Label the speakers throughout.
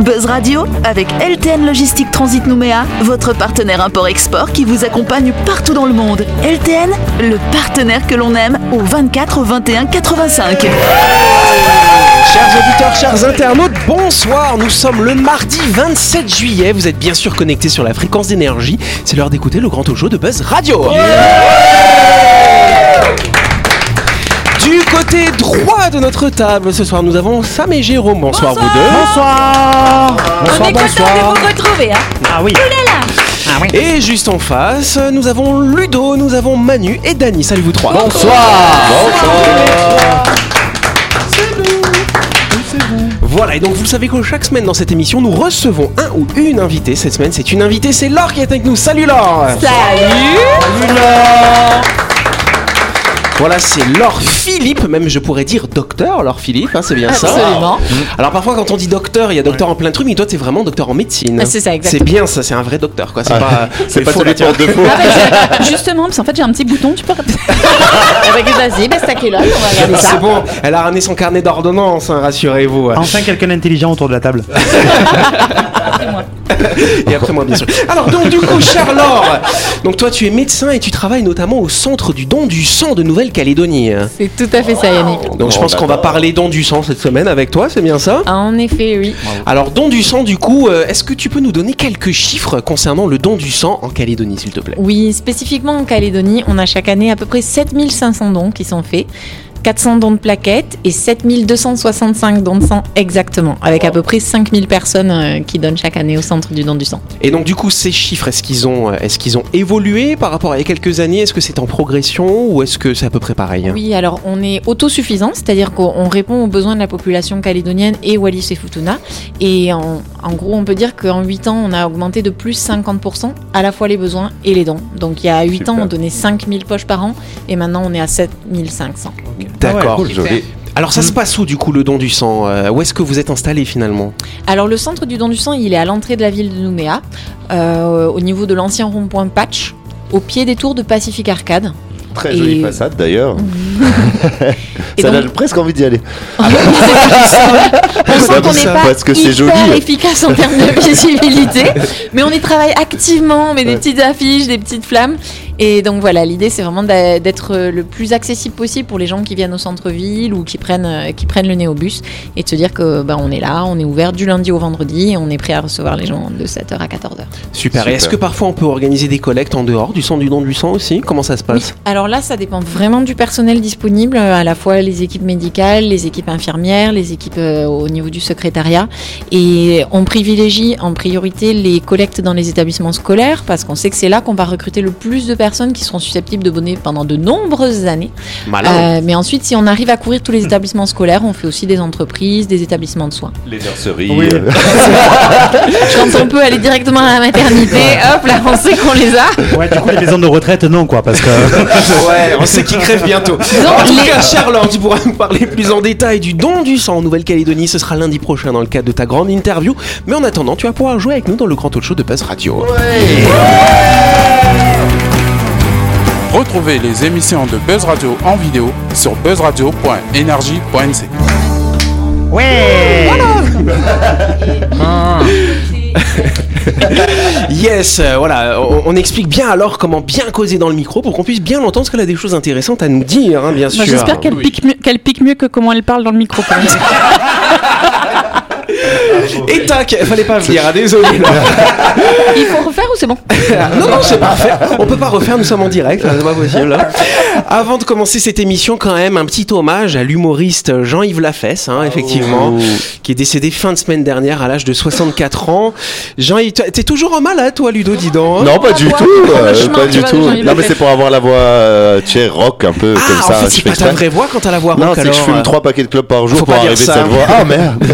Speaker 1: Buzz Radio avec LTN Logistique Transit Nouméa, votre partenaire import-export qui vous accompagne partout dans le monde. LTN, le partenaire que l'on aime au 24 21 85.
Speaker 2: Chers auditeurs, chers internautes, bonsoir. Nous sommes le mardi 27 juillet. Vous êtes bien sûr connectés sur la fréquence d'énergie. C'est l'heure d'écouter le grand talk show de Buzz Radio. du côté droit de notre table, ce soir, nous avons Sam et Jérôme. Bonsoir, vous deux.
Speaker 3: Bonsoir
Speaker 4: On est content de vous retrouver. Hein.
Speaker 3: Ah oui
Speaker 2: Et juste en face, nous avons Ludo, nous avons Manu et Dany. Salut vous trois.
Speaker 3: Bonsoir
Speaker 2: Voilà, et donc vous le savez que chaque semaine dans cette émission, nous recevons un ou une invitée. Cette semaine, c'est une invitée, c'est Laure qui est avec nous. Salut Laure
Speaker 4: Salut
Speaker 2: Voilà, c'est Laure Philippe, même je pourrais dire docteur Laure Philippe, hein, c'est bien ça.
Speaker 4: Absolument.
Speaker 2: Alors parfois quand on dit docteur, il y a docteur en plein de trucs, mais toi t'es vraiment docteur en médecine.
Speaker 4: Ah, c'est ça, exactement.
Speaker 2: C'est bien ça, c'est un vrai docteur quoi. C'est pas,
Speaker 3: C'est
Speaker 2: les
Speaker 3: pas
Speaker 2: faux
Speaker 3: celui qui
Speaker 2: docteurs.
Speaker 3: porte de faux
Speaker 4: Ah bah, j'ai- Justement, parce qu'en fait j'ai un petit bouton, tu peux. Avec Eh ben, vas-y, baisse ta culotte, on va regarder ça.
Speaker 2: C'est bon, elle a ramené son carnet d'ordonnance, hein, rassurez-vous.
Speaker 5: Ah,
Speaker 3: Ah.
Speaker 5: Enfin quelqu'un d'intelligent autour de la table.
Speaker 2: Ah Et après moi, bien sûr. Alors, donc, du coup, cher Laure, donc toi, tu es médecin et tu travailles notamment au centre du don du sang de Nouvelle-Calédonie.
Speaker 3: Oh,
Speaker 4: C'est tout à fait ça, Yannick.
Speaker 2: Donc, je pense qu'on va parler don du sang cette semaine avec toi, c'est bien ça
Speaker 4: Ah, en effet, oui.
Speaker 2: Alors, don du sang, du coup, euh, est-ce que tu peux nous donner quelques chiffres concernant le don du sang en Calédonie, s'il te plaît
Speaker 4: Oui, spécifiquement en Calédonie, on a chaque année à peu près 7500 dons qui sont faits. 400 dons de plaquettes et 7265 dons de sang exactement, avec à peu près 5000 personnes euh, qui donnent chaque année au centre du don du sang.
Speaker 2: Et donc, du coup, ces chiffres, est-ce qu'ils ont, euh, est-ce qu'ils ont évolué par rapport à il y a quelques années Est-ce que c'est en progression ou est-ce que c'est à peu près pareil
Speaker 4: Oui, alors on est autosuffisant, c'est-à-dire qu'on on répond aux besoins de la population calédonienne et Wallis et Futuna. Et en, en gros, on peut dire qu'en 8 ans, on a augmenté de plus 50% à la fois les besoins et les dons. Donc il y a 8 ans,
Speaker 3: Super.
Speaker 4: on donnait 5000 poches par an et maintenant on est à 7500.
Speaker 2: D'accord.
Speaker 3: Joli.
Speaker 2: Alors, ça se passe où, du coup, le don du sang Euh, Où est-ce que vous êtes installé finalement
Speaker 4: Alors le centre du don du sang, il est à l'entrée de la ville de Nouméa, euh, au niveau de l'ancien rond-point Patch, au pied des tours de Pacific Arcade.
Speaker 3: Très
Speaker 4: Et- Mhm.
Speaker 3: jolie façade d'ailleurs.
Speaker 4: Et
Speaker 3: ça
Speaker 4: donc-
Speaker 3: donne presque envie d'y aller.
Speaker 4: On sent qu'on
Speaker 3: Parce
Speaker 4: n'est
Speaker 3: que
Speaker 4: pas
Speaker 3: parce que c'est
Speaker 4: hyper
Speaker 3: joli.
Speaker 4: efficace en termes de visibilité, mais on y travaille activement, on met des
Speaker 3: Ouais.
Speaker 4: petites affiches, des petites flammes. Et donc voilà, l'idée c'est vraiment d'a- d'être le plus accessible possible pour les gens qui viennent au centre-ville ou qui prennent, euh, qui prennent le nez au bus et de se dire que bah, on est là, on est ouvert du lundi au vendredi et on est prêt à recevoir les gens de 7h à 14h.
Speaker 2: Super. Et est-ce que
Speaker 3: Super.
Speaker 2: parfois on peut organiser des collectes en dehors du sang du don du sang aussi Comment ça se passe
Speaker 4: Alors là, ça dépend vraiment du personnel disponible, euh, à la fois les équipes médicales, les équipes infirmières, les équipes euh, au niveau du secrétariat. Et on privilégie en priorité les collectes dans les établissements scolaires parce qu'on sait que c'est là qu'on va recruter le plus de personnes qui seront susceptibles de donner pendant de nombreuses années.
Speaker 2: Malin.
Speaker 4: Euh, mais ensuite, si on arrive à couvrir tous les établissements scolaires, on fait aussi des entreprises, des établissements de soins.
Speaker 3: Les nurseries.
Speaker 5: Oui.
Speaker 3: euh,
Speaker 4: Quand on peut aller directement à la maternité, hop là, on sait qu'on les a.
Speaker 5: Ouais, du coup les maisons de retraite non quoi parce que
Speaker 2: ouais, on sait qu'il crève bientôt. en tout
Speaker 4: les-
Speaker 2: cas, Charlotte, tu pourras nous parler plus en détail du don du sang en Nouvelle-Calédonie. Ce sera lundi prochain dans le cadre de ta grande interview. Mais en attendant, tu vas pouvoir jouer avec nous dans le grand talk show de Buzz Radio.
Speaker 6: Retrouvez les émissions de Buzz Radio en vidéo sur buzzradio.energie.nc.
Speaker 5: ouais.
Speaker 2: Yes, euh, voilà, on, on explique bien alors comment bien causer dans le micro pour qu'on puisse bien l'entendre parce qu'elle a des choses intéressantes à nous dire, hein, bien sûr.
Speaker 7: Bah, J'espère qu'elle pique, mieux- qu'elle pique mieux que comment elle parle dans le micro. quand même.
Speaker 2: Et tac, fallait pas venir, ah, désolé. Laure.
Speaker 4: Il faut refaire ou c'est bon
Speaker 2: Non, non, c'est parfait. On peut pas refaire, nous sommes en direct, c'est pas possible. là. Avant de commencer cette émission, quand même, un petit hommage à l'humoriste Jean-Yves Lafesse, hein, effectivement,
Speaker 3: Oh.
Speaker 2: qui est décédé fin de semaine dernière à l'âge de 64 ans. Jean-Yves, toi, t'es toujours en malade, toi, Ludo, dis donc. hein
Speaker 3: Non, pas du
Speaker 4: Ah,
Speaker 3: tout.
Speaker 4: ouais,
Speaker 3: euh,
Speaker 4: franchement,
Speaker 3: pas
Speaker 4: tu
Speaker 3: du
Speaker 4: vois,
Speaker 3: tout.
Speaker 4: les gens, ils
Speaker 3: Non,
Speaker 4: le
Speaker 3: mais
Speaker 4: font.
Speaker 3: c'est pour avoir la voix, euh, tu sais, rock un peu
Speaker 2: Ah,
Speaker 3: comme ça.
Speaker 2: en fait,
Speaker 3: je
Speaker 2: c'est
Speaker 3: fais
Speaker 2: pas ta
Speaker 3: exprès.
Speaker 2: vraie voix quand t'as la voix
Speaker 3: Non,
Speaker 2: rock,
Speaker 3: c'est que je
Speaker 2: alors,
Speaker 3: fume
Speaker 2: hein.
Speaker 3: trois paquets de clubs par jour
Speaker 2: Faut
Speaker 3: pour
Speaker 2: pas dire
Speaker 3: arriver
Speaker 2: ça.
Speaker 3: à cette voix. Ah merde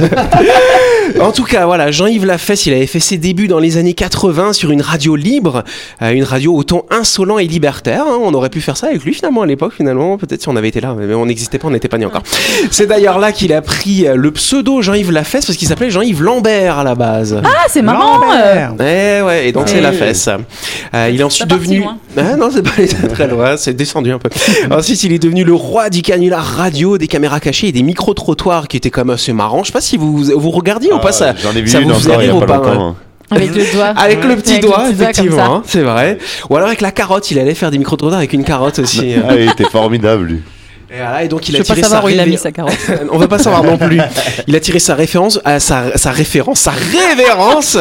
Speaker 2: En tout cas, voilà, Jean-Yves Lafesse, il avait fait ses débuts dans les années 80 sur une radio libre, euh, une radio au ton insolent et libertaire. hein. On aurait pu faire ça avec lui finalement à l'époque, finalement, peut-être si on avait été là, mais on n'existait pas, on n'était pas nés encore. C'est d'ailleurs là qu'il a pris euh, le pseudo Jean-Yves Lafesse parce qu'il s'appelait Jean-Yves Lambert à la base.
Speaker 7: Ah, c'est marrant euh.
Speaker 2: Eh ouais, et donc c'est
Speaker 7: Ouais.
Speaker 2: la fesse. Euh, il est ensuite
Speaker 4: pas parti
Speaker 2: devenu.
Speaker 4: loin.
Speaker 2: Ah non, c'est pas allé très loin, c'est descendu un peu. ensuite, il est devenu le roi du canular radio, des caméras cachées et des micro-trottoirs qui étaient quand même assez marrants. Je sais pas si vous, vous regardiez ou fois, ça,
Speaker 3: Ah, J'en ai vu
Speaker 2: ça
Speaker 3: une
Speaker 2: vous
Speaker 3: encore il
Speaker 2: arrive
Speaker 3: y a
Speaker 2: ou
Speaker 3: pas
Speaker 2: pas,
Speaker 3: longtemps. hein.
Speaker 4: Avec le doigt.
Speaker 2: Ah, Avec le petit
Speaker 4: Avec
Speaker 2: doigt,
Speaker 4: petit comme ça.
Speaker 2: effectivement, hein, c'est vrai. Ou alors avec la carotte, il allait faire des micro-trottoirs avec une carotte aussi. euh.
Speaker 3: Ah, il était formidable, lui.
Speaker 2: Et voilà, et donc il
Speaker 7: Je
Speaker 2: a
Speaker 7: veux pas
Speaker 2: tiré
Speaker 7: savoir
Speaker 2: sa
Speaker 7: où il a
Speaker 2: révé-
Speaker 7: mis sa carotte.
Speaker 2: On va pas savoir non plus. Il a tiré sa référence, à sa, sa référence, sa révérence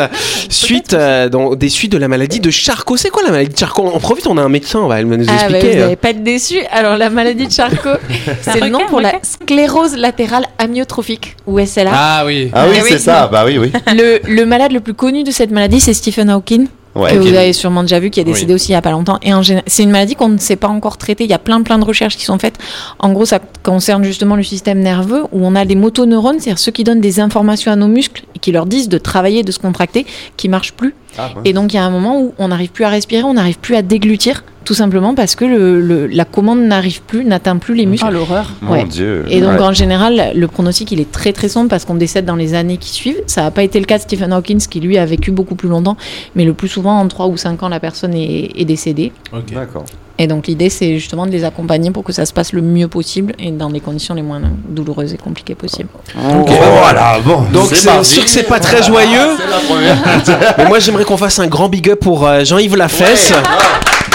Speaker 2: suite euh, dans, des suites de la maladie de Charcot. C'est quoi la maladie de Charcot On profite, on a un médecin, on va nous
Speaker 4: Ah, bah, vous
Speaker 2: expliquer. euh.
Speaker 4: n'allez pas être déçu. Alors, la maladie de Charcot, c'est le nom
Speaker 7: requin,
Speaker 4: pour la
Speaker 7: requin.
Speaker 4: sclérose latérale amyotrophique, ou SLA.
Speaker 8: Ah oui.
Speaker 3: Ah oui,
Speaker 4: Ah oui,
Speaker 3: c'est ça. Bah oui, oui.
Speaker 4: Le, le malade le plus connu de cette maladie, c'est Stephen Hawking,
Speaker 3: Ouais,
Speaker 4: que
Speaker 3: ok.
Speaker 4: vous avez sûrement déjà vu, qui est décédé aussi il n'y a pas longtemps. Et en général, c'est une maladie qu'on ne sait pas encore traiter. Il y a plein, plein de recherches qui sont faites. En gros, ça concerne justement le système nerveux, où on a des motoneurones, c'est-à-dire ceux qui donnent des informations à nos muscles et qui leur disent de travailler, de se contracter, qui ne marchent plus.
Speaker 3: Ah, ouais.
Speaker 4: Et donc, il y a un moment où on n'arrive plus à respirer, on n'arrive plus à déglutir, tout simplement parce que le- le- la commande n'arrive plus, n'atteint plus
Speaker 3: Ah,
Speaker 4: les muscles.
Speaker 7: l'horreur.
Speaker 3: Mon
Speaker 4: ouais.
Speaker 3: dieu.
Speaker 4: Et donc
Speaker 3: Ouais.
Speaker 4: en général, le pronostic il est très très sombre parce qu'on décède dans les années qui suivent. Ça n'a pas été le cas de Stephen Hawking qui lui a vécu beaucoup plus longtemps, mais le plus souvent en 3 ou 5 ans la personne est, est décédée.
Speaker 8: Ok.
Speaker 3: D'accord.
Speaker 4: Et donc l'idée c'est justement de les accompagner pour que ça se passe le mieux possible et dans les conditions les moins douloureuses et compliquées possibles.
Speaker 2: Ok.
Speaker 3: Voilà, bon.
Speaker 2: Donc
Speaker 3: c'est
Speaker 2: c'est
Speaker 3: parti.
Speaker 2: sûr que c'est pas très joyeux,
Speaker 3: C'est la première.
Speaker 2: mais moi j'aimerais qu'on fasse un grand big up pour euh, Jean-Yves Lafesse.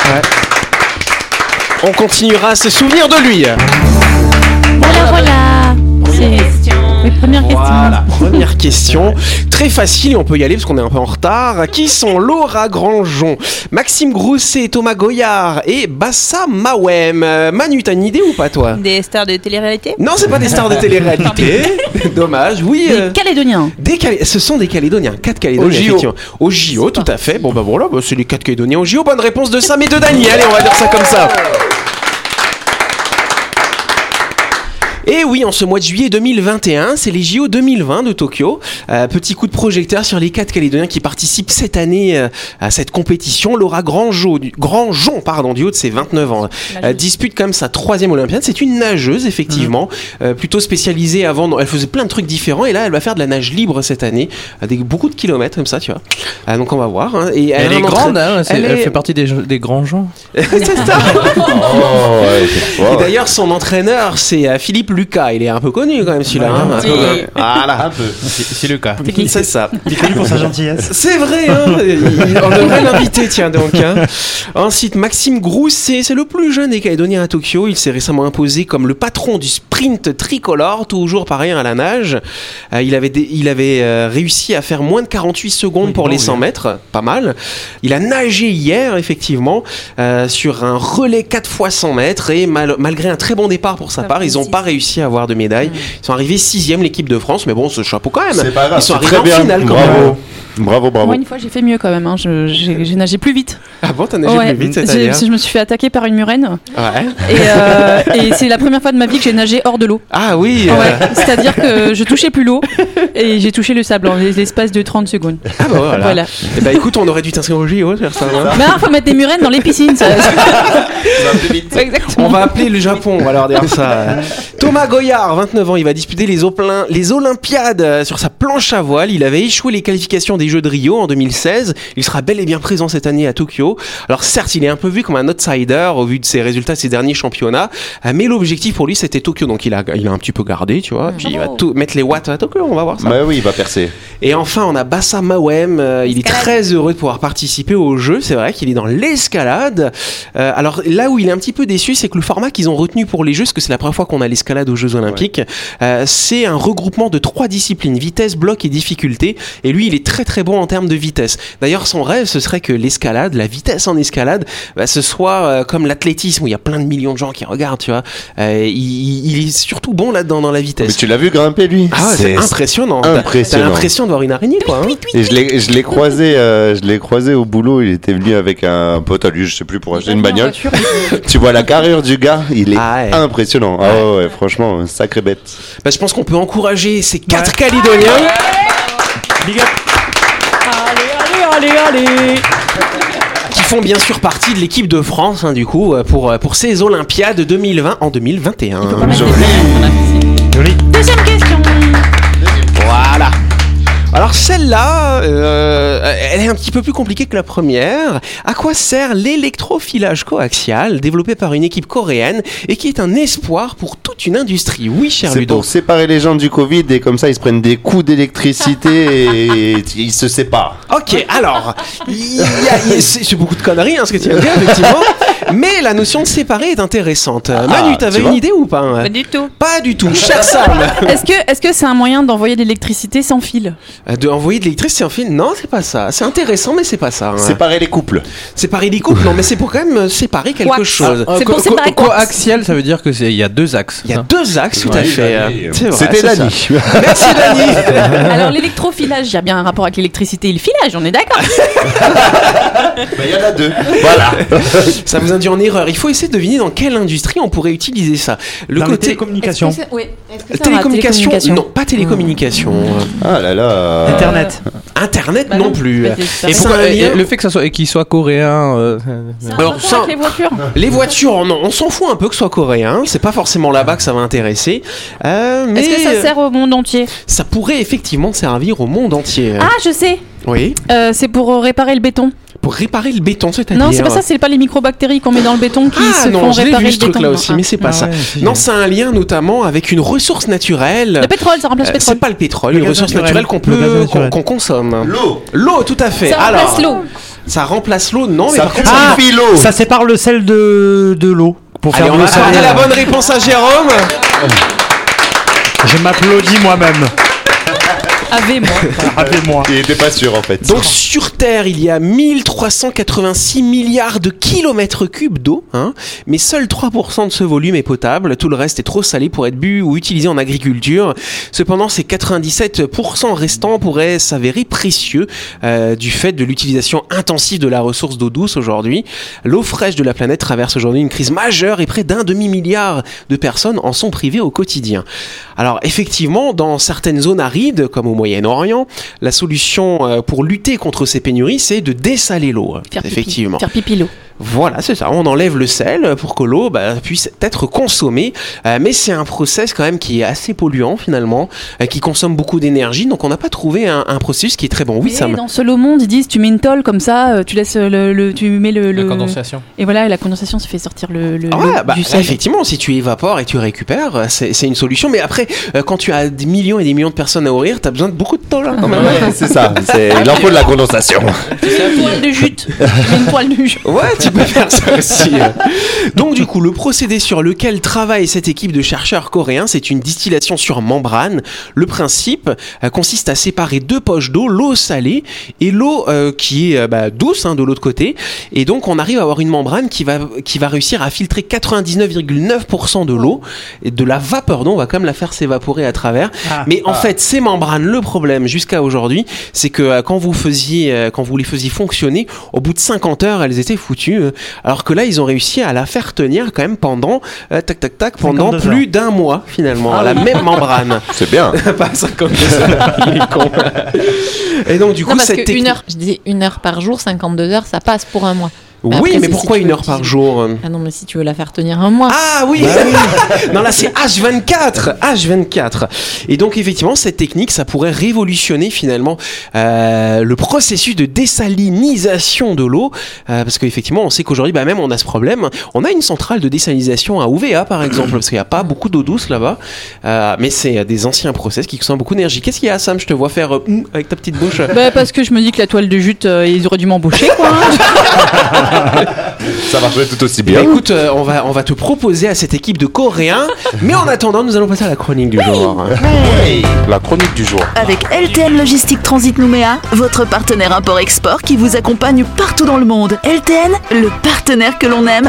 Speaker 2: Ouais. On continuera à se souvenir de lui.
Speaker 7: Voilà, voilà. C'est mes premières questions.
Speaker 2: Voilà, première question. Très facile et on peut y aller parce qu'on est un peu en retard. Qui sont Laura Grangeon, Maxime Grousset, Thomas Goyard et Bassa Mawem Euh, Manu, t'as une idée ou pas toi
Speaker 9: Des stars de télé-réalité
Speaker 2: Non, c'est pas des stars de télé-réalité. Dommage, oui. euh,
Speaker 7: Les Calédoniens.
Speaker 2: des Calé- Ce sont des Calédoniens, quatre Calédoniens.
Speaker 8: Au JO.
Speaker 2: effectivement. Au JO, tout à fait. Bon, bah voilà, bah, c'est les quatre Calédoniens au JO. Bonne réponse de Sam et de Dany. Allez, on va dire ça comme ça. Et oui, en ce mois de juillet 2021, c'est les JO 2020 de Tokyo. Euh, petit coup de projecteur sur les quatre Calédoniens qui participent cette année euh, à cette compétition. Laura Grandjeau, du, Grandjeon, pardon, du haut de ses 29 ans, euh, dispute quand même sa troisième Olympiade. C'est une nageuse, effectivement, euh, plutôt spécialisée avant. dans- Elle faisait plein de trucs différents et là, elle va faire de la nage libre cette année, avec beaucoup de kilomètres comme ça, tu vois. Euh, donc on va voir. hein. Et a
Speaker 8: Elle est
Speaker 2: un entra-
Speaker 8: grande, hein, c'est-
Speaker 2: Elle
Speaker 8: elle,
Speaker 2: est-
Speaker 8: fait partie des, des grands gens.
Speaker 2: C'est ça.
Speaker 3: Oh, ouais, c'est
Speaker 2: Et
Speaker 3: fort.
Speaker 2: d'ailleurs, son entraîneur, c'est euh, Philippe Lucas. Il est un peu connu quand même, celui-là. hein.
Speaker 3: Voilà. Un peu.
Speaker 8: C'est c'est le cas.
Speaker 2: C'est ça.
Speaker 5: Il est connu pour sa gentillesse.
Speaker 2: C'est vrai, hein Il- on devrait l'inviter, tiens donc. hein. Ensuite, Maxime Grousset, c'est le plus jeune des Calédoniens à Tokyo. Il s'est récemment imposé comme le patron du sprint tricolore, toujours pareil à la nage. Euh, il avait, dé- il avait euh, réussi à faire moins de 48 secondes
Speaker 8: Oui,
Speaker 2: pour
Speaker 8: bon,
Speaker 2: les
Speaker 8: oui.
Speaker 2: 100 mètres, pas mal. Il a nagé hier, effectivement, euh, sur un relais 4 fois 100 mètres et mal- malgré un très bon départ pour sa
Speaker 9: Ça
Speaker 2: part,
Speaker 9: fait
Speaker 2: ils n'ont
Speaker 9: six.
Speaker 2: pas réussi à avoir de médaille. Ils sont arrivés sixième, l'équipe de France, mais bon, ce chapeau quand même.
Speaker 3: C'est pas grave.
Speaker 2: Ils sont arrivés
Speaker 3: c'est très
Speaker 2: en
Speaker 3: bien.
Speaker 2: finale quand même.
Speaker 3: bravo. Bravo, bravo.
Speaker 7: Moi, une fois, j'ai fait mieux quand même. hein. Je- J'ai j'ai nagé plus vite.
Speaker 2: Ah bon, t'as nagé
Speaker 7: Ouais.
Speaker 2: plus vite,
Speaker 7: J'ai-
Speaker 2: c'est-à-dire
Speaker 7: je me suis fait attaquer par une murène.
Speaker 2: Ouais.
Speaker 7: Et, euh, et c'est la première fois de ma vie que j'ai nagé hors de l'eau.
Speaker 2: Ah oui. euh,
Speaker 7: Ouais, c'est-à-dire que je touchais plus l'eau et j'ai touché le sable en l'espace de 30 secondes.
Speaker 2: Ah bah voilà.
Speaker 7: Voilà.
Speaker 2: Eh bah écoute, on aurait dû t'inscrire au JO, faire ça. hein.
Speaker 7: Mais alors, faut mettre des murènes dans les piscines. Ça,
Speaker 2: On va appeler le Japon, alors derrière ça. Thomas Goyard, 29 ans, il va disputer les, Oplin- les Olympiades euh, sur sa planche à voile. Il avait échoué les qualifications des Jeux de Rio en 2016. Il sera bel et bien présent cette année à Tokyo. Alors certes, il est un peu vu comme un outsider au vu de ses résultats de ces derniers championnats, euh, mais l'objectif pour lui c'était Tokyo. Donc il a, il a un petit peu gardé, tu
Speaker 7: Mm.
Speaker 2: vois. Puis il va
Speaker 7: Oh.
Speaker 2: tout, mettre les watts à Tokyo, on va voir ça.
Speaker 3: Bah oui, il va percer.
Speaker 2: Et enfin, on a Bassa Mawem. euh, il est
Speaker 9: Escalade.
Speaker 2: très heureux de pouvoir participer au jeu. C'est vrai qu'il est dans l'escalade. Euh, alors là où il est un petit peu déçu, c'est que le format qu'ils ont retenu pour les jeux, parce que c'est la première fois qu'on a l'escalade aux Jeux Olympiques, euh, c'est un regroupement de trois disciplines vitesse, bloc et difficulté. Et lui, il est très très bon en termes de vitesse. D'ailleurs, son rêve, ce serait que l'escalade, la vitesse en escalade, bah, ce soit euh, comme l'athlétisme où il y a plein de millions de gens qui regardent. Tu vois, Euh, il, il est surtout bon là-dedans dans la
Speaker 3: Mais
Speaker 2: vitesse.
Speaker 3: tu l'as vu grimper, lui
Speaker 2: Ah, ouais, c'est impressionnant. T'as- T'as
Speaker 3: impressionnant.
Speaker 2: l'impression de voir une araignée, quoi. hein.
Speaker 3: Et je l'ai, je l'ai croisé, euh, je l'ai croisé au boulot. Il était venu avec un pote à lui, je sais plus, pour acheter une bagnole. tu vois la carrière du gars, il est
Speaker 2: Ah ouais.
Speaker 3: impressionnant. Ah ouais, ouais, franchement, sacré bête.
Speaker 2: Bah, je pense qu'on peut encourager ces quatre Calédoniens. Qui font bien sûr partie de l'équipe de France, hein, du coup, euh, pour, euh, pour ces Olympiades 2020 en 2021.
Speaker 3: Ah,
Speaker 5: Joli.
Speaker 2: Voilà. Alors celle-là, euh, elle est un petit peu plus compliquée que la première. À quoi sert l'électrofilage coaxial développé par une équipe coréenne et qui est un espoir pour toute une industrie Oui, cher
Speaker 3: C'est
Speaker 2: Ludo.
Speaker 3: pour séparer les gens du Covid et comme ça ils se prennent des coups d'électricité et ils se séparent.
Speaker 2: Ok, alors, il y a- il y a- c'est c'est beaucoup de conneries, hein, ce que tu viens de dire, effectivement. Mais la notion de séparer est intéressante. Euh, Manu,
Speaker 3: tu
Speaker 2: t'avais
Speaker 3: vois.
Speaker 2: une idée ou pas hein
Speaker 9: Pas du tout.
Speaker 2: Pas du tout, cher Sam.
Speaker 7: Est-ce que est-ce que c'est un moyen d'envoyer de l'électricité sans fil
Speaker 2: Euh, De envoyer de l'électricité c'est un fil Non, c'est pas ça. C'est intéressant, mais c'est pas ça. hein.
Speaker 3: Séparer les couples.
Speaker 2: Séparer les couples, non, mais c'est pour quand même euh, séparer quelque
Speaker 9: Coax.
Speaker 2: chose.
Speaker 9: C'est pour séparer quoi
Speaker 8: Coaxial, ça veut dire que c'est il y a deux axes.
Speaker 2: Il y a
Speaker 8: hein.
Speaker 2: deux axes, tout à
Speaker 3: Ouais,
Speaker 2: fait.
Speaker 3: Dani.
Speaker 2: euh, c'est vrai,
Speaker 3: C'était
Speaker 2: c'est ça.
Speaker 3: Dani.
Speaker 2: Merci Dani.
Speaker 9: Alors l'électrofilage, il y a bien un rapport avec l'électricité et le filage, on est d'accord
Speaker 3: Bah, Il y en a deux. Voilà.
Speaker 2: ça vous induit en erreur. Il faut essayer de deviner dans quelle industrie on pourrait utiliser ça. Le
Speaker 5: Dans les
Speaker 2: côté
Speaker 5: télécommunications.
Speaker 9: Oui.
Speaker 2: télécommunication, non, pas télécommunication. euh,
Speaker 3: Ah là là.
Speaker 5: Internet.
Speaker 2: Internet
Speaker 9: Hmm. Bah
Speaker 2: non,
Speaker 9: non,
Speaker 2: plus.
Speaker 9: mais c'est
Speaker 2: Et
Speaker 9: ça.
Speaker 2: pourquoi-
Speaker 8: Et-
Speaker 2: et-
Speaker 8: et
Speaker 2: le-
Speaker 8: le fait que ça soit et qu'il soit coréen. euh, euh,
Speaker 2: Alors, ça-
Speaker 9: avec les voitures.
Speaker 2: les voitures, non, on s'en fout un peu que ce soit coréen. C'est pas forcément là-bas que ça va intéresser. Euh, mais
Speaker 9: Est-ce que ça sert au monde entier
Speaker 2: ça pourrait effectivement servir au monde entier.
Speaker 9: Ah, je sais.
Speaker 2: Oui.
Speaker 7: Euh, C'est pour euh, réparer le béton.
Speaker 2: Pour réparer le béton, c'est-à-dire.
Speaker 7: Non, c'est pas ça. C'est pas les microbactéries qu'on met dans le béton qui
Speaker 2: Ah
Speaker 7: se
Speaker 2: non,
Speaker 7: font
Speaker 2: je l'ai
Speaker 7: réparer
Speaker 2: vu
Speaker 7: le
Speaker 2: ce
Speaker 7: béton.
Speaker 2: truc-là
Speaker 7: Non,
Speaker 2: aussi,
Speaker 7: ah.
Speaker 2: mais c'est pas ça. Non, ça a un lien notamment avec une ressource naturelle.
Speaker 7: Ah. Le pétrole, ça remplace
Speaker 2: Euh,
Speaker 7: le pétrole.
Speaker 2: C'est pas le pétrole,
Speaker 5: Le
Speaker 2: une
Speaker 5: gaz
Speaker 2: ressource
Speaker 5: naturel.
Speaker 2: naturelle qu'on
Speaker 5: Le gaz
Speaker 2: peut, qu'on
Speaker 5: naturel.
Speaker 2: qu'on consomme.
Speaker 3: L'eau.
Speaker 2: L'eau, tout à fait.
Speaker 9: Ça
Speaker 2: Alors,
Speaker 9: remplace l'eau.
Speaker 2: Ça remplace l'eau, non, Oh, mais
Speaker 3: Ça
Speaker 2: par contre,
Speaker 5: Ah.
Speaker 3: purifie l'eau.
Speaker 5: Ça sépare le sel de, de l'eau. Pour
Speaker 2: Allez,
Speaker 5: faire
Speaker 2: on
Speaker 5: de
Speaker 2: va
Speaker 5: l'eau salée.
Speaker 2: accorder la bonne réponse à Jérôme.
Speaker 5: Je m'applaudis moi-même.
Speaker 9: Avez moi.
Speaker 5: Rappelez-moi.
Speaker 3: Il était pas sûr en fait.
Speaker 2: Donc sur Terre, il y a 1386 milliards de kilomètres cubes d'eau, hein, mais seuls 3% de ce volume est potable, tout le reste est trop salé pour être bu ou utilisé en agriculture. Cependant, ces 97% restants pourraient s'avérer précieux euh, du fait de l'utilisation intensive de la ressource d'eau douce aujourd'hui. L'eau fraîche de la planète traverse aujourd'hui une crise majeure et près d'un demi-milliard de personnes en sont privées au quotidien. Alors effectivement, dans certaines zones arides, comme au Moyen-Orient, la solution euh, pour lutter contre ces pénuries, c'est de dessaler l'eau. hein,
Speaker 9: Faire pipi.
Speaker 2: Effectivement.
Speaker 9: Faire pipi l'eau.
Speaker 2: Voilà, c'est ça. On enlève le sel pour que l'eau bah, puisse être consommée. Euh, mais c'est un process quand même qui est assez polluant finalement, euh, qui consomme beaucoup d'énergie. Donc on n'a pas trouvé un, un processus qui est très bon.
Speaker 7: Mais
Speaker 2: Oui, Sam.
Speaker 7: dans Solo Monde, ils disent tu mets une tôle comme ça, euh, tu laisses le, le- tu mets le,
Speaker 2: Euh,
Speaker 8: La
Speaker 7: le-
Speaker 8: condensation.
Speaker 7: et voilà, et la condensation se fait sortir le, le-
Speaker 2: Ah
Speaker 7: le-
Speaker 2: ouais, bah,
Speaker 7: du sel.
Speaker 2: effectivement, si tu évapores et tu récupères, euh, c'est c'est une solution. Mais après, euh, quand tu as des millions et des millions de personnes à nourrir, t'as besoin de beaucoup de temps
Speaker 7: Ah
Speaker 2: là. quand même.
Speaker 3: Ouais, c'est ça. C'est- Il en faut de la condensation.
Speaker 9: Une toile de jute. Une toile de jute.
Speaker 2: Ouais, tu peux faire ça aussi. Donc du coup, le procédé sur lequel travaille cette équipe de chercheurs coréens, c'est une distillation sur membrane. Le principe euh, consiste à séparer deux poches d'eau, l'eau salée et l'eau euh, qui est euh, bah, douce hein, de l'autre côté. Et donc on arrive à avoir une membrane qui va, qui va réussir à filtrer 99,9% de l'eau, et de la vapeur d'eau, on va quand même la faire s'évaporer à travers.
Speaker 5: Ah.
Speaker 2: Mais en fait, ces membranes, le problème jusqu'à aujourd'hui, c'est que euh, quand vous faisiez, euh, quand vous les faisiez fonctionner, au bout de 50 heures, elles étaient foutues. euh, alors que là, ils ont réussi à la faire tenir quand même pendant, euh, tac tac tac, pendant
Speaker 5: 52
Speaker 2: plus d'un mois finalement, la même membrane.
Speaker 3: C'est bien.
Speaker 2: Ah Pas 52 heures, il est con. Et donc du coup,
Speaker 4: Non, parce
Speaker 2: cette
Speaker 4: que
Speaker 2: technique-
Speaker 4: une heure, je disais une heure par jour, 52 heures, ça passe pour un mois.
Speaker 2: Oui,
Speaker 4: Après,
Speaker 2: mais
Speaker 4: c'est
Speaker 2: pourquoi
Speaker 4: si tu
Speaker 2: une
Speaker 4: veux
Speaker 2: heure par
Speaker 4: utiliser.
Speaker 2: jour euh
Speaker 4: Ah non, mais si tu veux la faire tenir un mois.
Speaker 2: Ah oui Non là c'est H24 H24 Et donc effectivement cette technique ça pourrait révolutionner finalement euh, le processus de désalinisation de l'eau euh, parce qu'effectivement on sait qu'aujourd'hui bah, même on a ce problème on a une centrale de désalinisation à UVA par exemple parce qu'il n'y a pas beaucoup d'eau douce là-bas Euh, mais c'est des anciens process qui consomment beaucoup d'énergie Qu'est-ce qu'il y a Sam Je te vois faire euh, hum avec ta petite bouche
Speaker 7: Bah, parce que je me dis que la toile de jute, euh, ils auraient dû m'embaucher quoi. hein.
Speaker 3: Ça marcherait tout aussi
Speaker 2: Bah,
Speaker 3: bien.
Speaker 2: écoute, euh, on, va, on va te proposer à cette équipe de Coréens, mais en attendant, nous allons passer à la chronique du jour.
Speaker 6: La chronique du jour.
Speaker 1: Avec LTN Logistique Transit Nouméa, votre partenaire import-export qui vous accompagne partout dans le monde. LTN, le partenaire que l'on aime.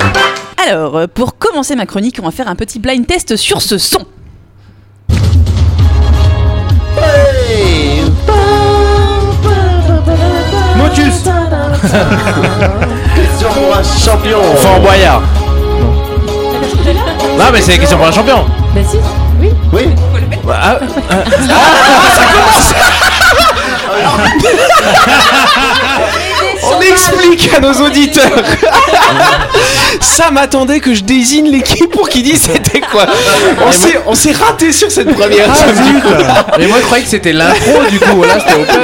Speaker 9: Alors, euh, pour commencer ma chronique, on va faire un petit blind test sur ce son.
Speaker 5: Motus.
Speaker 3: Question pour un champion.
Speaker 8: Fort Boyard. Non, mais c'est la question pour un champion.
Speaker 4: Bah si,
Speaker 3: Oui.
Speaker 8: Ah,
Speaker 2: On explique à nos auditeurs Ça m'attendait que je désigne l'équipe pour qu'ils disent c'était quoi. On s'est- On s'est raté sur cette
Speaker 3: Ah,
Speaker 2: première.
Speaker 8: Mais moi, je croyais que c'était l'intro, du coup. Là, c'était open.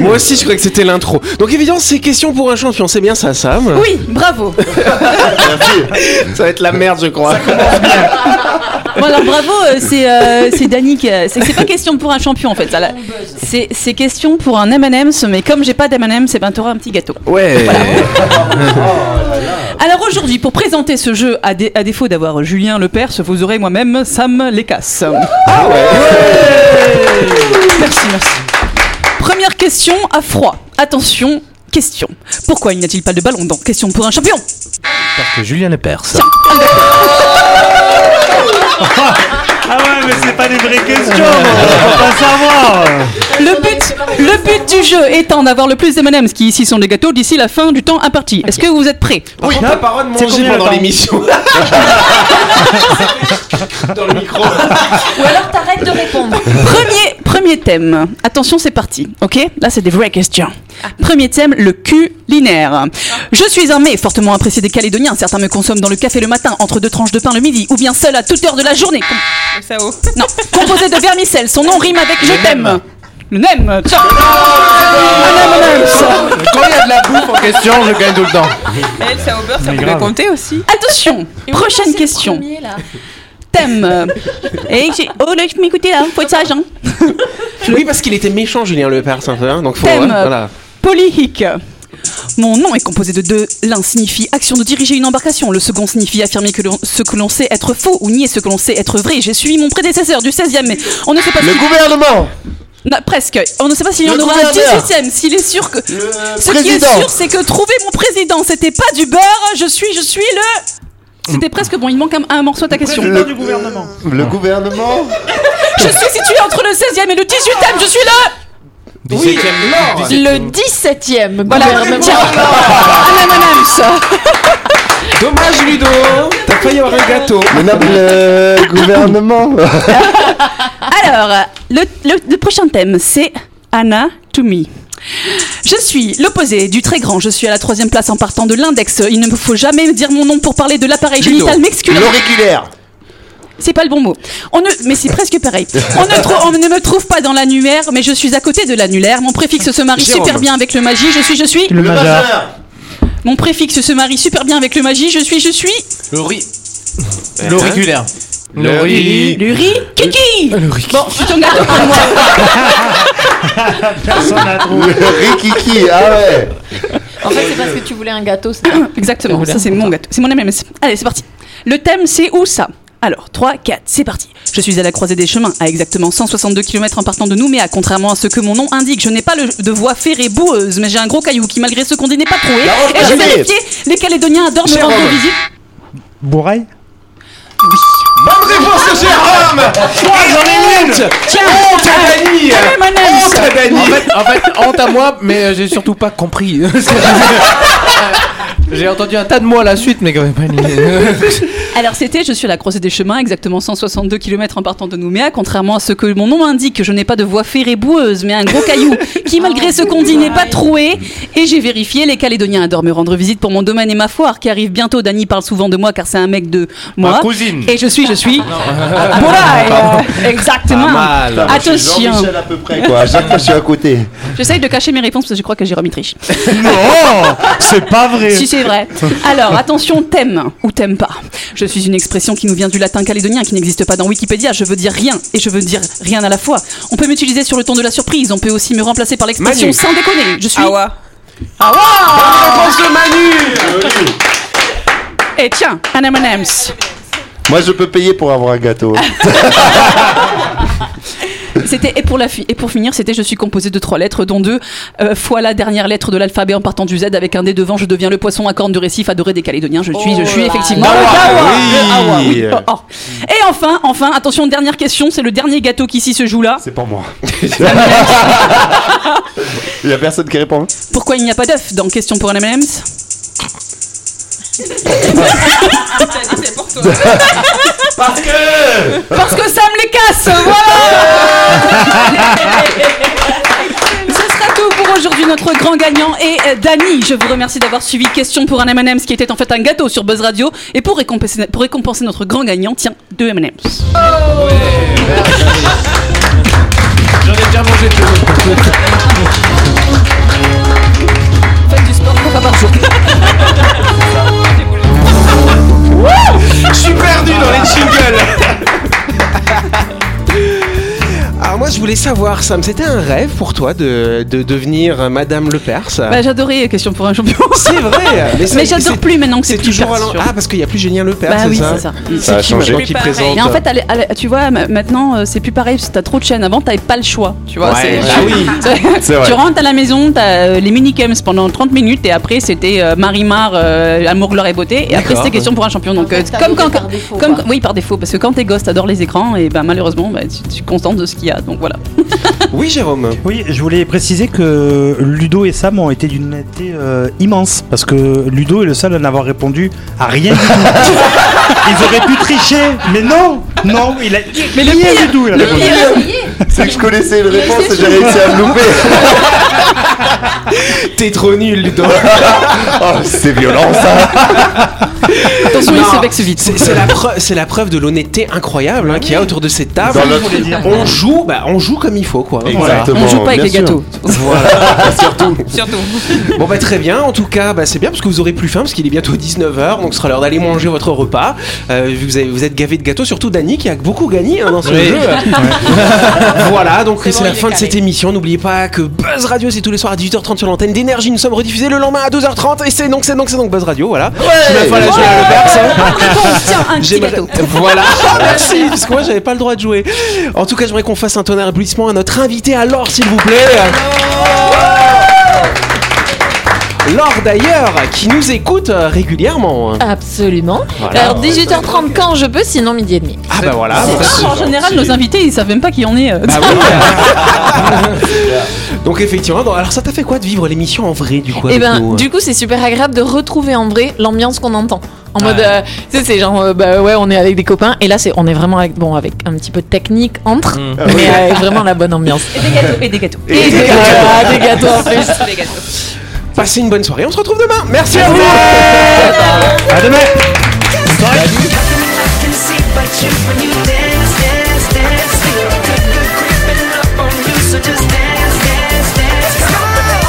Speaker 2: Moi aussi, je croyais que c'était l'intro. Donc, évidemment, c'est question pour un champion. C'est bien ça, Sam
Speaker 9: Oui, bravo.
Speaker 2: Ça va être la merde, je crois.
Speaker 9: Bon, alors bravo, euh, c'est euh, c'est Dany qui a- C'est c'est pas question pour un champion en fait. ça, là. C'est c'est question pour un M&M's, mais comme j'ai pas d'M&M's, c'est ben t'auras un petit gâteau.
Speaker 2: Ouais.
Speaker 9: Alors aujourd'hui, pour présenter ce jeu, à, dé- à défaut d'avoir Julien Lepers, vous aurez moi-même Sam Lécasse. Merci, merci. Première question à froid. Attention, question. Pourquoi il n'y a-t-il pas de ballon dans Question pour un champion
Speaker 8: Que Julien Lepers.
Speaker 5: Ah ouais, mais c'est pas des vraies questions. On va pas savoir.
Speaker 9: Le but, le but du jeu étant d'avoir le plus d'M&M's qui ici sont des gâteaux d'ici la fin du temps imparti. Est-ce que vous êtes prêts
Speaker 2: Oui, t'as pas le droit de manger
Speaker 5: combien,
Speaker 2: pendant
Speaker 5: attends
Speaker 2: l'émission. Dans le micro.
Speaker 4: Ah, Ou alors t'arrêtes de répondre.
Speaker 9: Premier, premier thème. Attention, c'est parti. Ok Là, c'est des vraies questions. Premier thème, le culinaire. Je suis un mets fortement apprécié des Calédoniens. Certains me consomment dans le café le matin, entre deux tranches de pain le midi, ou bien seul à toute heure de la journée. Non, composé de vermicelle. Son nom rime avec je t'aime. Le nem. Tiens. Un M&M's.
Speaker 8: Quand il y a de la bouffe en question, je gagne tout le temps.
Speaker 7: Elle, ça au beurre, ça
Speaker 5: Mais
Speaker 7: peut
Speaker 5: grave.
Speaker 7: compter aussi.
Speaker 9: Attention. Prochaine question. Thème. Et j'ai- oh là, je m'écoutais là. Faut être sage, hein.
Speaker 2: Oui, parce qu'il était méchant, Julien Lepers, un peu. hein, donc faut.
Speaker 9: Thème.
Speaker 2: voilà.
Speaker 9: Polyhique. Mon nom est composé de deux. L'un signifie action de diriger une embarcation. Le second signifie affirmer que l'on- ce que l'on sait être faux ou nier ce que l'on sait être vrai. J'ai suivi mon prédécesseur du 16e, mais on ne sait pas
Speaker 3: Le
Speaker 9: si-
Speaker 3: gouvernement
Speaker 9: Non, presque. On ne sait pas s'il y en
Speaker 3: Le
Speaker 9: aura un
Speaker 3: gouverneur.
Speaker 9: 18e. S'il est sûr que. ce qui est
Speaker 3: président.
Speaker 9: sûr, c'est que trouver mon président, c'était pas du beurre. Je suis, je suis le. C'était presque bon, il manque un, un morceau à ta question.
Speaker 3: Hmm. Le-
Speaker 5: du gouvernement.
Speaker 3: Le gouvernement
Speaker 9: Je suis situé entre le 16e et le 18e, je suis le.
Speaker 2: Oui,
Speaker 4: Le 17ème
Speaker 9: Voilà,
Speaker 4: gouvernement.
Speaker 9: tiens. Un M&M's.
Speaker 2: Dommage, Ludo. T'as failli avoir un gâteau.
Speaker 3: Mais non, le gouvernement
Speaker 9: Alors, euh, le, le- le prochain thème, c'est Anna to me. Je suis l'opposé du très grand. Je suis à la troisième place en partant de l'index. Il ne me faut jamais me dire mon nom pour parler de l'appareil
Speaker 3: Ludo.
Speaker 9: génital masculin.
Speaker 3: L'auriculaire
Speaker 9: C'est pas le bon mot. On ne, mais c'est presque pareil. On ne, trou- on ne me trouve pas dans l'annulaire, mais je suis à côté de l'annulaire. Mon préfixe se marie
Speaker 2: Jérôme.
Speaker 9: super bien avec le magie. Je suis, je suis.
Speaker 5: Le majeur.
Speaker 9: Mon préfixe se marie super bien avec le magie. Je suis, je suis.
Speaker 8: Le riz. L'auriculaire. Le riz.
Speaker 9: Le riz, kiki. Bon, je te garde pour moi.
Speaker 5: Personne n'a trouvé.
Speaker 3: Le Rikiki, ah ouais
Speaker 4: En fait, c'est parce que tu voulais un gâteau. c'est ça
Speaker 9: Exactement, ça c'est mon gâteau, c'est mon MMS. Allez, c'est parti. Le thème c'est où ça alors, 3, 4, c'est parti. Je suis à la croisée des chemins, à exactement 162 km en partant de Nouméa. Contrairement à ce que mon nom indique, je n'ai pas le, de voie ferrée boueuse, mais j'ai un gros caillou qui, malgré ce qu'on dit, n'est pas troué.
Speaker 3: La Roche
Speaker 9: Et j'ai
Speaker 3: Percée.
Speaker 9: vérifié, les Calédoniens adorent me rendre visite.
Speaker 5: Bourraille
Speaker 3: Oh,
Speaker 2: Bonne réponse de Jérôme. Tiens, honte à Dany.
Speaker 3: Oh,
Speaker 2: Honte à
Speaker 8: En
Speaker 2: Dany.
Speaker 8: fait, en fait, honte à moi, mais euh, j'ai surtout pas compris. j'ai entendu un tas de mots à la suite, mais quand même pas une idée.
Speaker 9: Alors c'était, je suis à la croisée des chemins, exactement 162 km en partant de Nouméa. Contrairement à ce que mon nom indique, je n'ai pas de voie ferrée boueuse, mais un gros caillou qui, malgré ce qu'on dit, n'est pas troué. Et j'ai vérifié, les Calédoniens adorent me rendre visite pour mon domaine et ma foire qui arrive bientôt. Dany parle souvent de moi car c'est un mec de moi.
Speaker 5: cousine.
Speaker 9: Et je suis, je suis. Ah, voilà, euh, exactement.
Speaker 2: mal.
Speaker 3: Je suis
Speaker 9: Attention.
Speaker 3: Jean-Michel à peu près, quoi. À chaque fois, je suis à côté.
Speaker 9: J'essaye de cacher mes réponses parce que je crois que Jérôme y triche.
Speaker 5: Non Oh, C'est pas vrai.
Speaker 9: Si c'est vrai. Alors attention, t'aimes ou t'aimes pas. Je suis une expression qui nous vient du latin calédonien qui n'existe pas dans Wikipédia. Je veux dire rien et je veux dire rien à la fois. On peut m'utiliser sur le ton de la surprise. On peut aussi me remplacer par l'expression
Speaker 2: Manu.
Speaker 9: sans déconner. Je suis.
Speaker 7: Awa.
Speaker 2: Réponse de Manu.
Speaker 9: Et Eh, tiens, un M&M's.
Speaker 3: Moi, je peux payer pour avoir un gâteau.
Speaker 9: C'était et pour la fi- et pour finir, c'était je suis composé de trois lettres dont deux euh, fois la dernière lettre de l'alphabet en partant du Z avec un D devant. Je deviens le poisson à cornes du récif adoré des Calédoniens. Je suis, je suis effectivement. le Dawa.
Speaker 3: Ah
Speaker 9: Le Awa, oui. Oh, oh. Et enfin, enfin, attention, dernière question. C'est le dernier gâteau qui ici se joue là.
Speaker 3: C'est pour moi. Il y a personne qui répond.
Speaker 9: Pourquoi il n'y a pas d'œuf dans Question pour un M&M's Parce que Parce que ça me les casse Voilà Ce sera tout pour aujourd'hui, notre grand gagnant. Et euh, Euh, Dani, je vous remercie d'avoir suivi Question pour un M&M's qui était en fait un gâteau sur Buzz Radio. Et pour récompenser, pour récompenser notre grand gagnant, tiens, deux M&M's.
Speaker 8: J'en ai bien mangé tout.
Speaker 9: Faites du sport, pourquoi pas par jour
Speaker 2: Je suis perdu dans les jingles Alors moi je voulais savoir Sam, c'était un rêve pour toi de, de devenir Madame Le Perse
Speaker 9: Bah, J'adorais Question pour un champion.
Speaker 2: C'est vrai Mais, ça-
Speaker 9: Mais j'adore
Speaker 2: Ah. c'est-
Speaker 9: plus maintenant que
Speaker 2: C'est
Speaker 9: c'est plus
Speaker 2: toujours à
Speaker 9: Perse,
Speaker 2: l'en-
Speaker 9: sûr.
Speaker 2: Ah parce qu'il n'y a plus Génial Le Perse,
Speaker 9: Bah
Speaker 2: c'est
Speaker 9: oui,
Speaker 2: ça
Speaker 9: c'est ça.
Speaker 3: Ça a
Speaker 2: qui
Speaker 3: changé.
Speaker 2: maintenant qui présente
Speaker 9: Mais en fait, elle- elle- tu vois, ma- maintenant, euh, c'est plus pareil parce que t'as trop de chaînes. Avant, t'avais pas le choix. Tu vois,
Speaker 2: Ouais,
Speaker 9: c'est-
Speaker 2: bah oui.
Speaker 3: C'est vrai.
Speaker 9: Tu rentres à la maison, t'as euh, les minicums pendant 30 minutes et après, c'était euh, Marimar, euh, Amour, gloire et beauté. Et après,
Speaker 2: D'accord.
Speaker 9: c'était question pour un champion. Donc, euh, comme quand. comme- oui, par défaut, parce que quand t'es gosse, t'adores les écrans et bah, malheureusement, bah, tu, tu es contente de ce qu'il y a. Donc voilà.
Speaker 2: Oui Jérôme
Speaker 5: Oui, je voulais préciser que Ludo et Sam ont été d'une netteté euh, immense parce que Ludo est le seul à n'avoir répondu à rien du tout. Ils auraient pu tricher, mais non, non, il a. Mais le Ludo, il a répondu.
Speaker 9: euh,
Speaker 3: C'est que je connaissais une réponse et j'ai réussi à me louper.
Speaker 2: T'es trop nul Ludo
Speaker 3: Oh, c'est violent ça.
Speaker 9: Attention, il
Speaker 2: Non.
Speaker 9: se vexe vite. Ah
Speaker 2: C'est c'est la, preu- c'est la preuve de l'honnêteté incroyable hein, qu'il y a autour de cette table.
Speaker 3: Dans notre-
Speaker 2: On joue, bah, on joue comme il faut quoi.
Speaker 3: Exactement.
Speaker 9: On joue pas avec
Speaker 3: bien
Speaker 9: les
Speaker 3: sûr.
Speaker 9: gâteaux.
Speaker 2: Bon bah très bien, en tout cas bah, c'est bien parce que vous aurez plus faim parce qu'il est bientôt 19h donc ce sera l'heure d'aller manger votre repas. Euh, vous, avez- vous êtes gavé de gâteaux, surtout Dany qui a beaucoup gagné hein, dans ce jeu. voilà donc c'est la fin de cette émission, n'oubliez pas que Buzz Radio c'est tous les soirs à 18h30 sur l'antenne d'énergie, nous sommes rediffusés le lendemain à 2h30 et c'est donc c'est donc c'est donc Buzz Radio voilà. Je me fais la joie à
Speaker 9: Oh
Speaker 2: le faire, ça.
Speaker 9: Tiens, un petit
Speaker 2: J'aimerais-
Speaker 9: gâteau.
Speaker 2: Voilà, Ah, merci, parce que moi j'avais pas le droit de jouer. En tout cas, j'aimerais qu'on fasse un tonnerre applaudissement à notre invité, à Laure, s'il vous plaît. Laure d'ailleurs, qui nous écoute euh, régulièrement.
Speaker 4: Absolument.
Speaker 2: Voilà.
Speaker 4: Alors 18h30 quand je peux, sinon midi et demi.
Speaker 2: Ah bah voilà.
Speaker 9: C'est rare, en général, nos invités, ils savent même pas qui on est. euh.
Speaker 8: Ah
Speaker 2: Bah oui. Donc effectivement, bon, alors ça t'a fait quoi de vivre l'émission en vrai du coup
Speaker 4: Et
Speaker 9: Eh
Speaker 2: avec
Speaker 4: ben,
Speaker 2: nous
Speaker 4: du coup, c'est super agréable de retrouver en vrai l'ambiance qu'on entend. En mode, euh, tu sais, c'est genre, euh, bah ouais, on est avec des copains. Et là, c'est, on est vraiment avec, bon, avec un petit peu de technique entre, mais avec vraiment la bonne ambiance.
Speaker 9: Et des gâteaux. Et des gâteaux.
Speaker 4: Et des gâteaux, des gâteaux en plus.
Speaker 9: Des gâteaux.
Speaker 2: Passez une bonne soirée, on se retrouve demain. Merci à vous.
Speaker 5: À demain.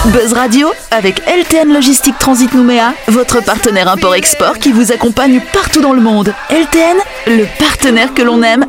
Speaker 1: Buzz Radio avec LTN Logistique Transit Nouméa, votre partenaire import-export qui vous accompagne partout dans le monde. LTN, le partenaire que l'on aime